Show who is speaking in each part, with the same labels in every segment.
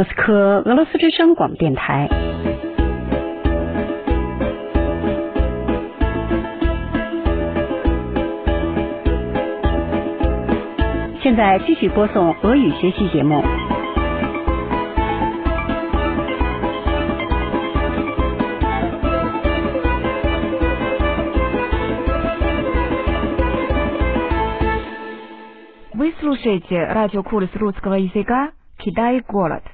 Speaker 1: 莫斯科，俄罗斯之声广播电台。现在继续播送俄语学习节目。
Speaker 2: Вы слушаете радиокурс русского языка «Китай город».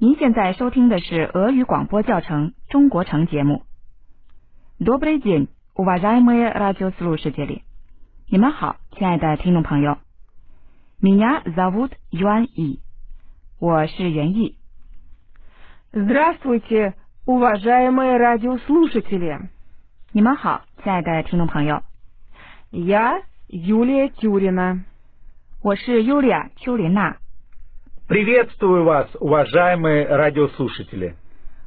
Speaker 2: 您现在收听的是俄语广播教程《中国城》节目。Добрый день, уважаемые радиослушатели！你们好，亲爱的听众朋友。Меня зовут Юан И，我是袁毅。
Speaker 3: Здравствуйте, уважаемые радиослушатели!
Speaker 2: 你们好，亲爱的听众朋友，
Speaker 3: Я Юлия Тюрина.
Speaker 2: 我是尤利亚·丘琳娜，
Speaker 4: Приветствую вас, уважаемые радиослушатели.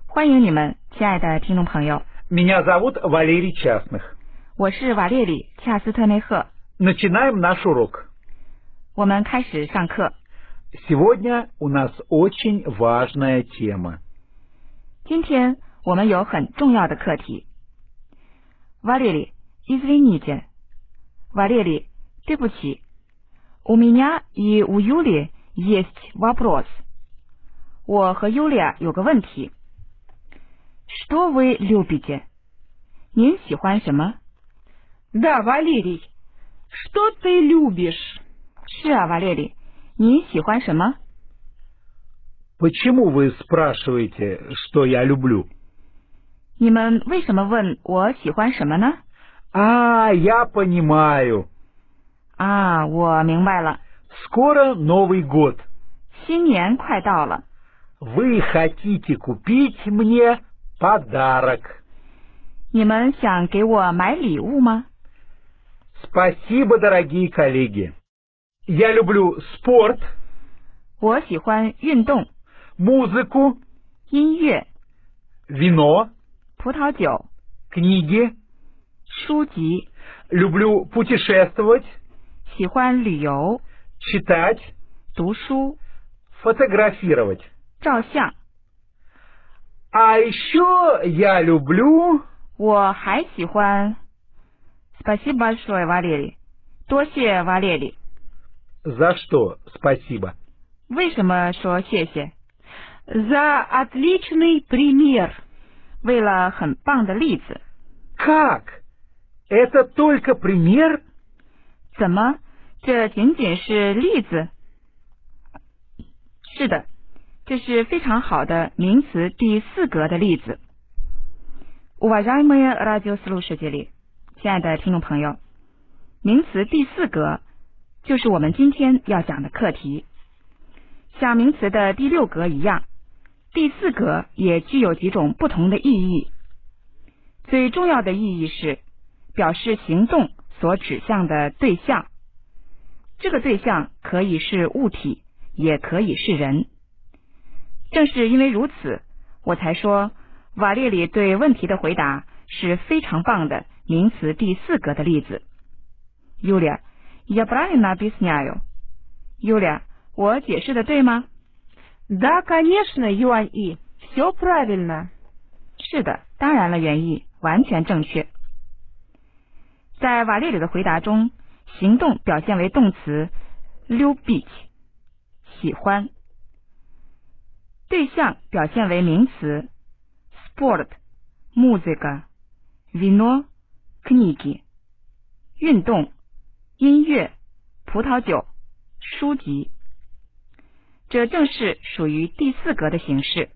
Speaker 2: 欢迎你们，亲爱的听众朋友。
Speaker 4: Меня зовут Валерий Частных.
Speaker 2: 我是瓦列里·恰斯特内赫，
Speaker 4: Начинаем наш урок.
Speaker 2: 我们开始上课。
Speaker 4: Сегодня у нас очень важная тема.
Speaker 2: 今天我们有很重要的课题。瓦列里，извините，瓦列里，对不起。У меня и у Юли есть вопрос。我和 Юлия 有个问题。Что вы любите？您喜欢什么？
Speaker 3: Да, Валерий, что ты любишь?
Speaker 2: 是啊，瓦列里，你喜欢什么？
Speaker 4: Почему вы спрашиваете, что я люблю?
Speaker 2: 你们为什么问我喜欢什么呢？
Speaker 4: А, я понимаю.
Speaker 2: 啊，我明白了，
Speaker 4: Скоро Новый год.
Speaker 2: 新年快到了，
Speaker 4: Вы хотите купить мне подарок.
Speaker 2: 你们想给我买礼物吗？
Speaker 4: Спасибо, дорогие коллеги. Я люблю спорт,
Speaker 2: 我喜欢运动、
Speaker 4: музыку,
Speaker 2: 音乐、
Speaker 4: вино,
Speaker 2: 葡萄酒、
Speaker 4: книги,
Speaker 2: 书籍，
Speaker 4: люблю путешествовать,
Speaker 2: 喜欢旅游、
Speaker 4: читать,
Speaker 2: 读书、
Speaker 4: фотографировать.
Speaker 2: 照相。
Speaker 4: А еще я люблю...
Speaker 2: 我还喜欢。Спасибо, с о й Валерий。多谢瓦列里。
Speaker 4: За что спасибо?
Speaker 2: 为什么说谢谢？
Speaker 3: За отличный пример.
Speaker 2: 为了很棒的例子。
Speaker 4: Как? Это только пример?
Speaker 2: 怎么？这仅仅是例子？是的，这是非常好的名词第四格的例子。Уважаемые радиослушатели，亲爱的听众朋友，名词第四格就是我们今天要讲的课题。像名词的第六格一样，第四格也具有几种不同的意义。最重要的意义是表示行动所指向的对象。这个对象可以是物体，也可以是人。正是因为如此，我才说瓦列里对问题的回答是非常棒的名词第四格的例子。Yulia, я правильно объясняю? Yulia，我解释的对吗？
Speaker 3: Да, конечно, Юань И. Все правильно.
Speaker 2: 是的，当然了，原意完全正确。在瓦列里的回答中，行动表现为动词 “любить”，喜欢；对象表现为名词 “sport”、“music”、“vino”、“книги”，运动、音乐、葡萄酒、书籍。这正是属于第四格的形式。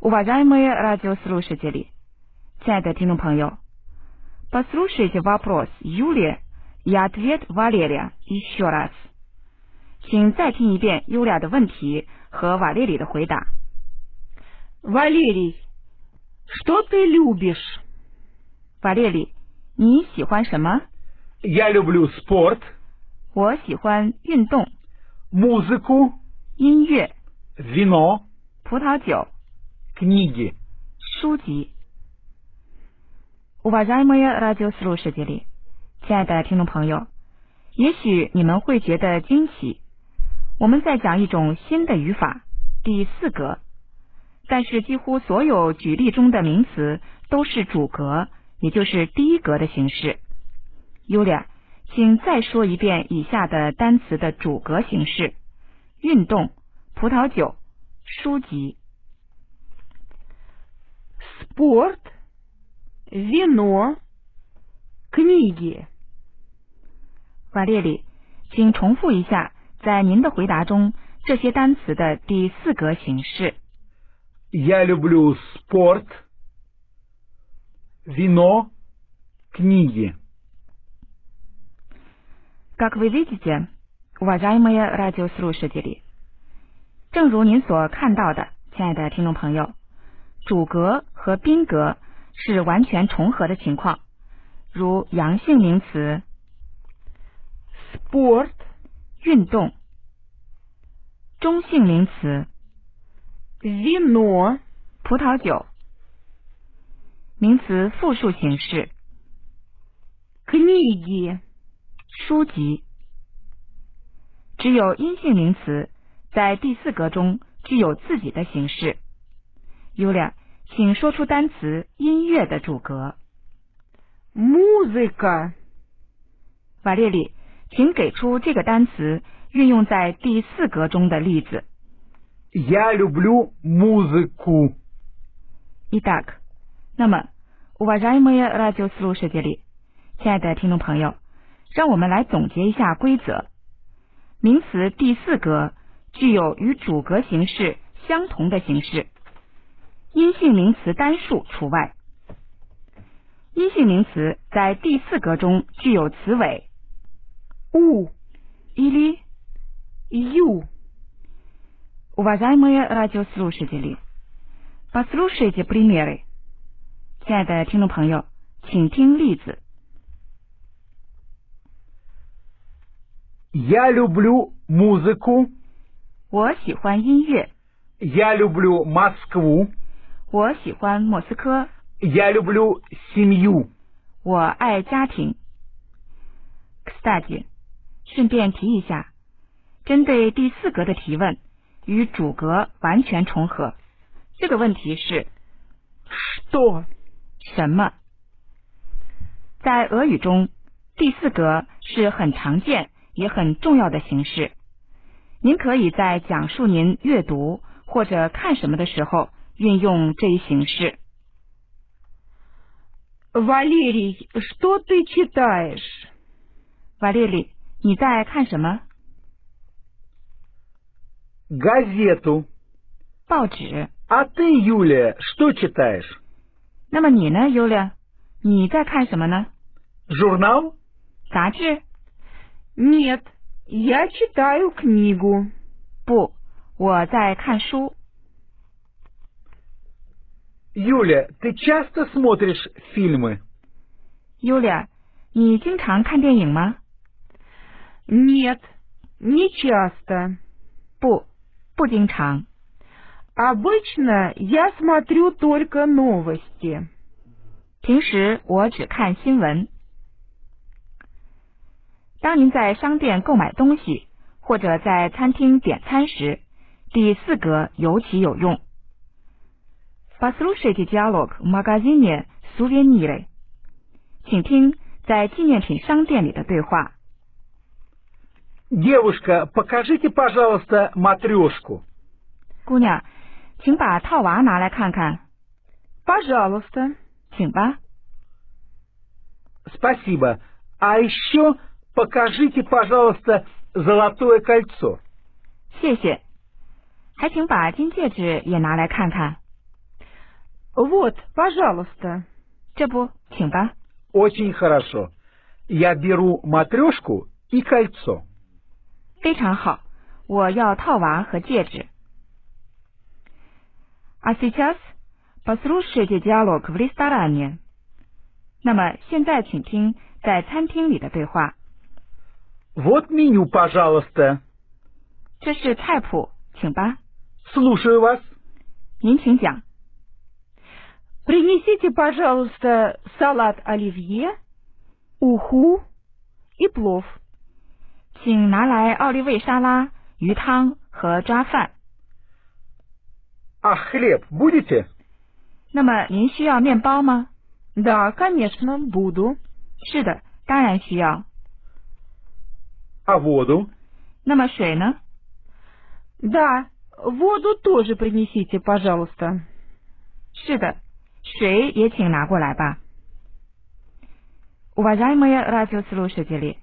Speaker 2: Уважаемые радиослушатели，亲爱的听众朋友，послушайте вопрос Юлия и ответ Валерия еще раз，请再听一遍 Юлия 的问题和瓦列里的回答。
Speaker 3: Валерий, что ты любишь?
Speaker 2: 瓦列里，你喜欢什么？
Speaker 4: Я люблю спорт,
Speaker 2: 我喜欢运动、
Speaker 4: музыку,
Speaker 2: 音乐、
Speaker 4: вино,
Speaker 2: 葡萄酒、
Speaker 4: книги.
Speaker 2: 书籍。Уважаемые радиослушатели，亲爱的听众朋友，也许你们会觉得惊奇，我们在讲一种新的语法，第四格。但是几乎所有举例中的名词都是主格，也就是第一格的形式。Yulia，请再说一遍以下的单词的主格形式：运动、葡萄酒、书籍。
Speaker 3: Спорт, вино, книги.
Speaker 2: 瓦列里，请重复一下在您的回答中这些单词的第四格形式。
Speaker 4: Я люблю спорт, вино, книги.
Speaker 2: Как вы видите, уважаемые радиослушатели，正如您所看到的，亲爱的听众朋友，主格和宾格是完全重合的情况，如阳性名词
Speaker 3: Спорт,
Speaker 2: 运动，中性名词
Speaker 3: вино,
Speaker 2: 葡萄酒，名词复数形式
Speaker 3: книги.
Speaker 2: 书籍。只有阴性名词在第四格中具有自己的形式。Yulia，请说出单词“音乐”的主格。
Speaker 3: Музыка.
Speaker 2: 瓦列里，请给出这个单词运用在第四格中的例子。
Speaker 4: Я люблю музыку.
Speaker 2: Итак，那么，уважаемые радиослушатели，亲爱的听众朋友，让我们来总结一下规则。名词第四格具有与主格形式相同的形式，阴性名词单数除外。阴性名词在第四格中具有词尾
Speaker 3: У,
Speaker 2: или。
Speaker 3: ю.
Speaker 2: Уважаемые радиослушатели, послушайте примеры. 亲爱的听众朋友，请听例子。
Speaker 4: Я люблю музыку.
Speaker 2: 我喜欢音乐，
Speaker 4: Я люблю Москву.
Speaker 2: 我喜欢莫斯科，
Speaker 4: Я люблю семью.
Speaker 2: 我爱家庭。Кстати，顺便提一下，针对第四格的提问与主格完全重合，这个问题是
Speaker 3: Что?
Speaker 2: 什么？在俄语中，第四格是很常见也很重要的形式。您可以在讲述您阅读或者看什么的时候运用这一形式。
Speaker 3: Валерий, что ты читаешь?
Speaker 2: 瓦列里，你在看什么？
Speaker 4: Газету.
Speaker 2: 报纸。
Speaker 4: А ты, Юлия, что читаешь?
Speaker 2: 那么你呢，尤利？你在看什么呢？
Speaker 4: Журнал?
Speaker 2: 杂志？
Speaker 3: Нет, я читаю книгу.
Speaker 2: 不，我在看书。
Speaker 4: Юля, ты часто смотришь фильмы?
Speaker 2: 尤利，你经常看电影吗？
Speaker 3: Нет, не часто.
Speaker 2: 不，不经常。
Speaker 3: Обычно я смотрю только новости.
Speaker 2: 平时我只看新闻。当您在商店购买东西或者在餐厅点餐时，第四格尤其有用。Послушайте диалог в магазине с у в е н и р 请听在纪念品商店里的对话。
Speaker 4: Девушка, покажите, пожалуйста, матрешку.
Speaker 2: 姑娘，请把套娃拿来看看，
Speaker 3: Пожалуйста.
Speaker 2: 请吧。
Speaker 4: Спасибо. А еще покажите, пожалуйста, золотое кольцо.
Speaker 2: 谢谢。还请把金戒指也拿来看看，
Speaker 3: Вот, пожалуйста.
Speaker 2: 这不，请吧。
Speaker 4: Очень хорошо. Я беру матрешку и кольцо.
Speaker 2: 非常好，我要套娃和戒指。А сейчас послушайте диалог в ресторане。那么现在请听在餐厅里的对话，
Speaker 4: Вот меню, пожалуйста.
Speaker 2: 这是菜谱，请吧。
Speaker 4: Слушаю вас.
Speaker 2: 您请讲，
Speaker 3: Принесите, пожалуйста, салат оливье, уху и плов.
Speaker 2: 请拿来奥利味沙拉鱼汤和抓饭。
Speaker 4: А хлеб будете?
Speaker 2: 那么您需要面包吗？
Speaker 3: Да, конечно, буду.
Speaker 2: 是的，当然需要。
Speaker 4: А воду?
Speaker 2: 那么水呢？
Speaker 3: Да, воду тоже принесите, пожалуйста.
Speaker 2: 是的，水也请拿过来吧。Уважаемые радиослушатели，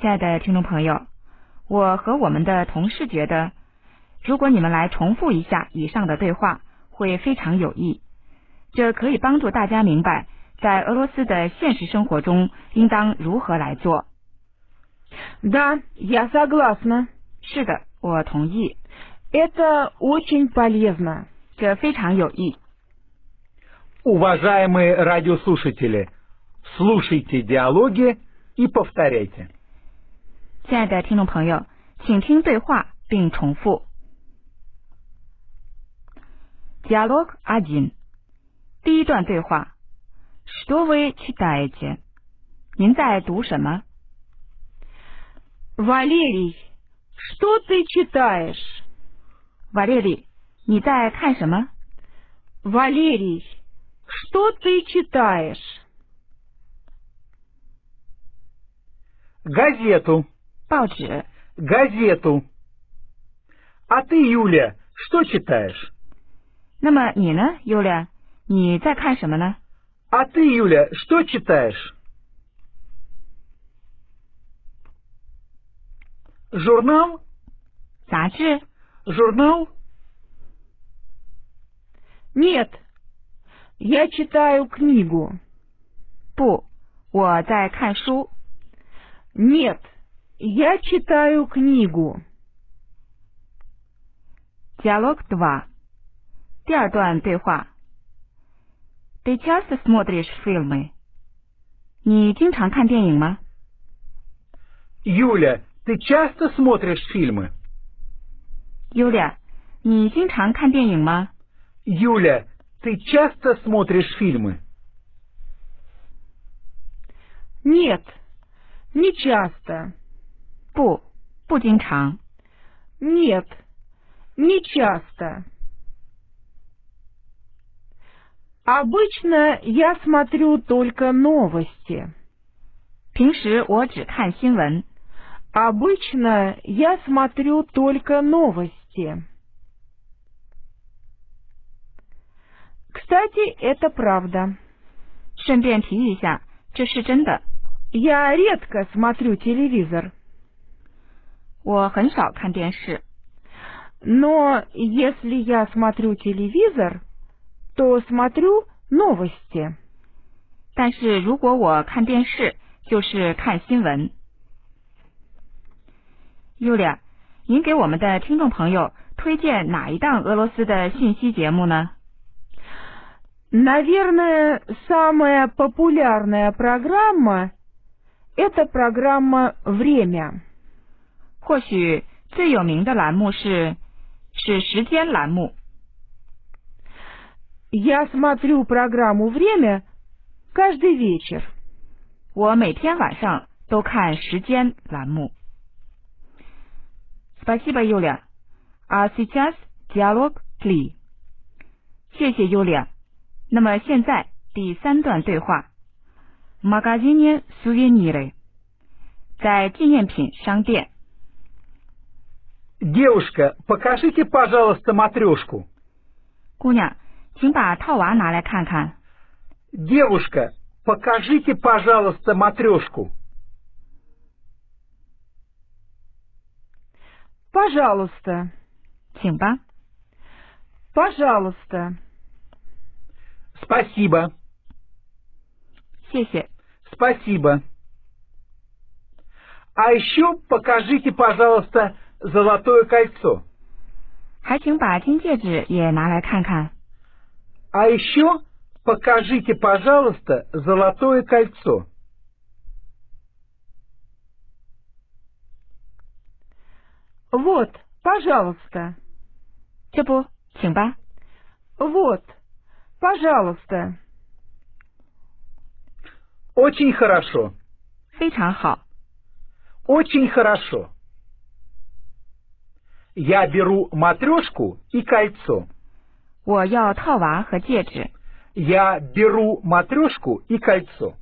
Speaker 2: 亲爱的听众朋友，我和我们的同事觉得，如果你们来重复一下以上的对话，会非常有益。这可以帮助大家明白，在俄罗斯的现实生活中应当如何来做。
Speaker 3: Да, я согласна.
Speaker 2: 是的，我同意，
Speaker 3: Это очень полезно.
Speaker 2: 这非常有益。
Speaker 4: Уважаемые радиослушатели, слушайте диалоги и повторяйте.
Speaker 2: 亲爱的听众朋友，请听对话并重复。Диалог один。第一段对话：Что вы читаете？您在读什么？
Speaker 3: Валерий, что ты читаешь?
Speaker 2: 瓦列里，你在看什么？
Speaker 3: Валерий, что ты читаешь?
Speaker 4: Газету,
Speaker 2: 报纸。
Speaker 4: газету. А ты, Юля, что читаешь?
Speaker 2: 那么你呢，尤利安？你在看什么呢？
Speaker 4: А ты, Юля, что читаешь? Журнал?
Speaker 2: 杂志？
Speaker 4: Журнал?
Speaker 3: Нет, я читаю книгу.
Speaker 2: 不，我在看书。
Speaker 3: Нет, я читаю книгу.
Speaker 2: Диалог 2. 第二段对话。Ты часто смотришь фильмы?你经常看电影吗？
Speaker 4: Юля, ты часто смотришь фильмы?
Speaker 2: Yulia，你经常看电影吗？
Speaker 4: Юля, ты часто смотришь фильмы?
Speaker 3: Нет, не часто.
Speaker 2: 不，不经常。
Speaker 3: Нет, не часто. Обычно я смотрю только новости.
Speaker 2: 平时我只看新闻。
Speaker 3: Обычно я смотрю только новости. Кстати, это правда.
Speaker 2: 顺便提一下，这是真的。
Speaker 3: Я редко смотрю телевизор,
Speaker 2: 我很少看电视，
Speaker 3: но если я смотрю телевизор, то смотрю новости.
Speaker 2: 但是如果我看电视，就是看新闻。Yulia，您给我们的听众朋友推荐哪一档俄罗斯的信息节目呢？
Speaker 3: Наверное, самая популярная программа – это программа «Время».
Speaker 2: 或许最有名的栏目是是时间栏目。
Speaker 3: Я смотрю программу «Время» каждый вечер.
Speaker 2: 我每天晚上都看时间栏目。Спасибо, Юлия. А сейчас диалог три. 谢谢 Юлия。那么现在第三段对话。Магазине сувениры，在纪念品商店。
Speaker 4: Девушка, покажите, пожалуйста, матрешку.
Speaker 2: 姑娘，请把套娃拿来看看。
Speaker 4: Девушка, покажите, пожалуйста, матрешку.
Speaker 3: Пожалуйста,
Speaker 2: 请吧。
Speaker 3: пожалуйста.
Speaker 4: Спасибо,
Speaker 2: 谢谢。
Speaker 4: спасибо. А еще покажите, пожалуйста, золотое кольцо.
Speaker 2: 还请把金戒指也拿来看看。
Speaker 4: А еще покажите, пожалуйста, золотое кольцо.
Speaker 3: Вот, пожалуйста.
Speaker 2: 这不，请吧。
Speaker 3: Вот, пожалуйста.
Speaker 4: Очень хорошо,
Speaker 2: 非常好，
Speaker 4: очень хорошо. Я беру матрешку и кольцо.
Speaker 2: 我要套娃和戒指。
Speaker 4: Я беру матрешку и кольцо.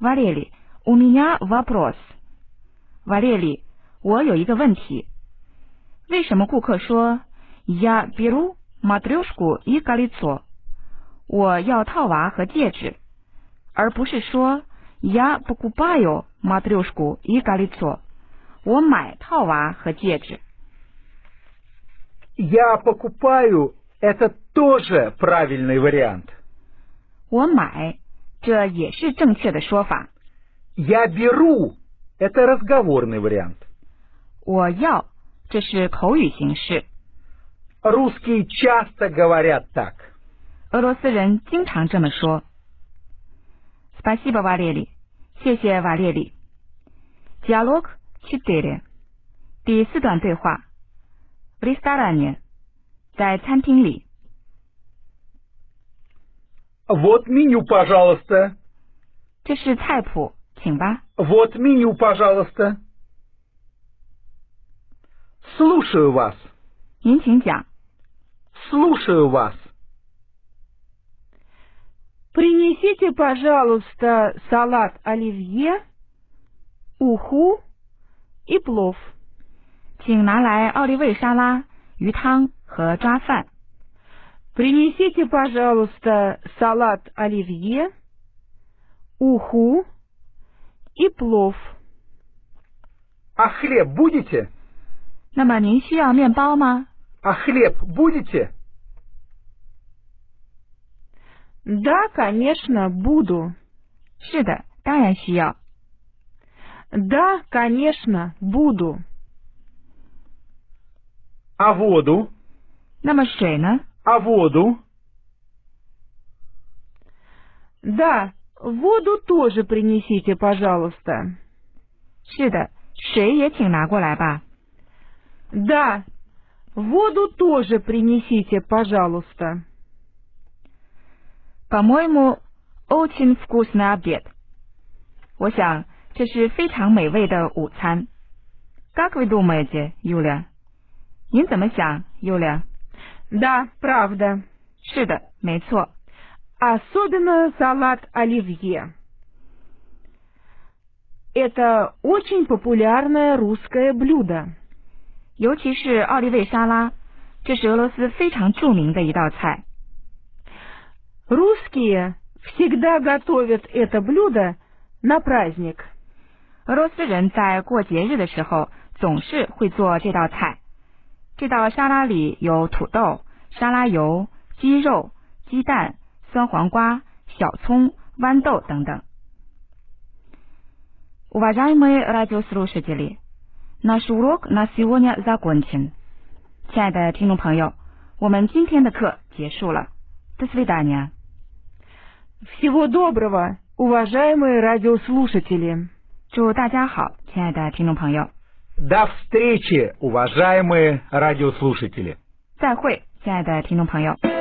Speaker 2: Валерий, у меня вопрос. Валерий, 我有一个问题。为什么顾客说 я беру матрешку и кольцо？我要套娃和戒指，而不是说 я покупаю матрешку и кольцо？我买套娃和戒指。
Speaker 4: Я покупаю – это тоже правильный вариант.
Speaker 2: 我买，这也是正确的说法。
Speaker 4: Я беру – это разговорный вариант.
Speaker 2: 我要，这是口语形式。
Speaker 4: Русские часто говорят так.
Speaker 2: 俄罗斯人经常这么说。Спасибо, Валерий，谢谢瓦列里。Диалог четыре，第四段对话。В ресторане，在餐厅里。
Speaker 4: Вот меню, пожалуйста.
Speaker 2: 这是菜谱，请吧。
Speaker 4: Вот меню, пожалуйста. Слушаю вас.
Speaker 2: 您请讲。
Speaker 4: Слушаю вас.
Speaker 3: Принесите, пожалуйста, салат оливье, уху и плов.
Speaker 2: 请拿来奥利味沙拉、鱼汤和抓饭。
Speaker 3: Принесите, пожалуйста, салат оливье, уху и плов.
Speaker 4: А хлеб будете?
Speaker 2: 那么您需要面包吗？
Speaker 4: А хлеб будете?
Speaker 3: Да, конечно, буду.
Speaker 2: 是的，当然需要。
Speaker 3: Да, конечно, буду.
Speaker 4: А воду?
Speaker 2: 那么水呢？
Speaker 4: А воду?
Speaker 3: Да, воду тоже принесите, пожалуйста.
Speaker 2: 是的，水也请拿过来吧。
Speaker 3: Да, воду тоже принесите, пожалуйста.
Speaker 2: По-моему, очень вкусный обед。我想这是非常美味的午餐。Как вы думаете, Юля？您怎么想，Юля？
Speaker 3: Да, правда.
Speaker 2: 是的，没错。
Speaker 3: Особенно салат оливье. Это очень популярное русское блюдо.
Speaker 2: 尤其是奥利味沙拉，这是俄罗斯非常著名的一道菜。
Speaker 3: Русские всегда готовят это блюдо на праздник.
Speaker 2: 俄罗斯人在过节日的时候总是会做这道菜。这道沙拉里有土豆、沙拉油、鸡肉、鸡蛋、酸黄瓜、小葱、豌豆等等。Уважаемые радиослушатели, наш урок на сегодня закончен。亲爱的听众朋友，我们今天的课结束了。До свидания。
Speaker 3: Всего доброго, уважаемые радиослушатели.
Speaker 2: 祝大家好，亲爱的听众朋友，
Speaker 4: До встречи, уважаемые радиослушатели.
Speaker 2: 再会，亲爱的听众朋友。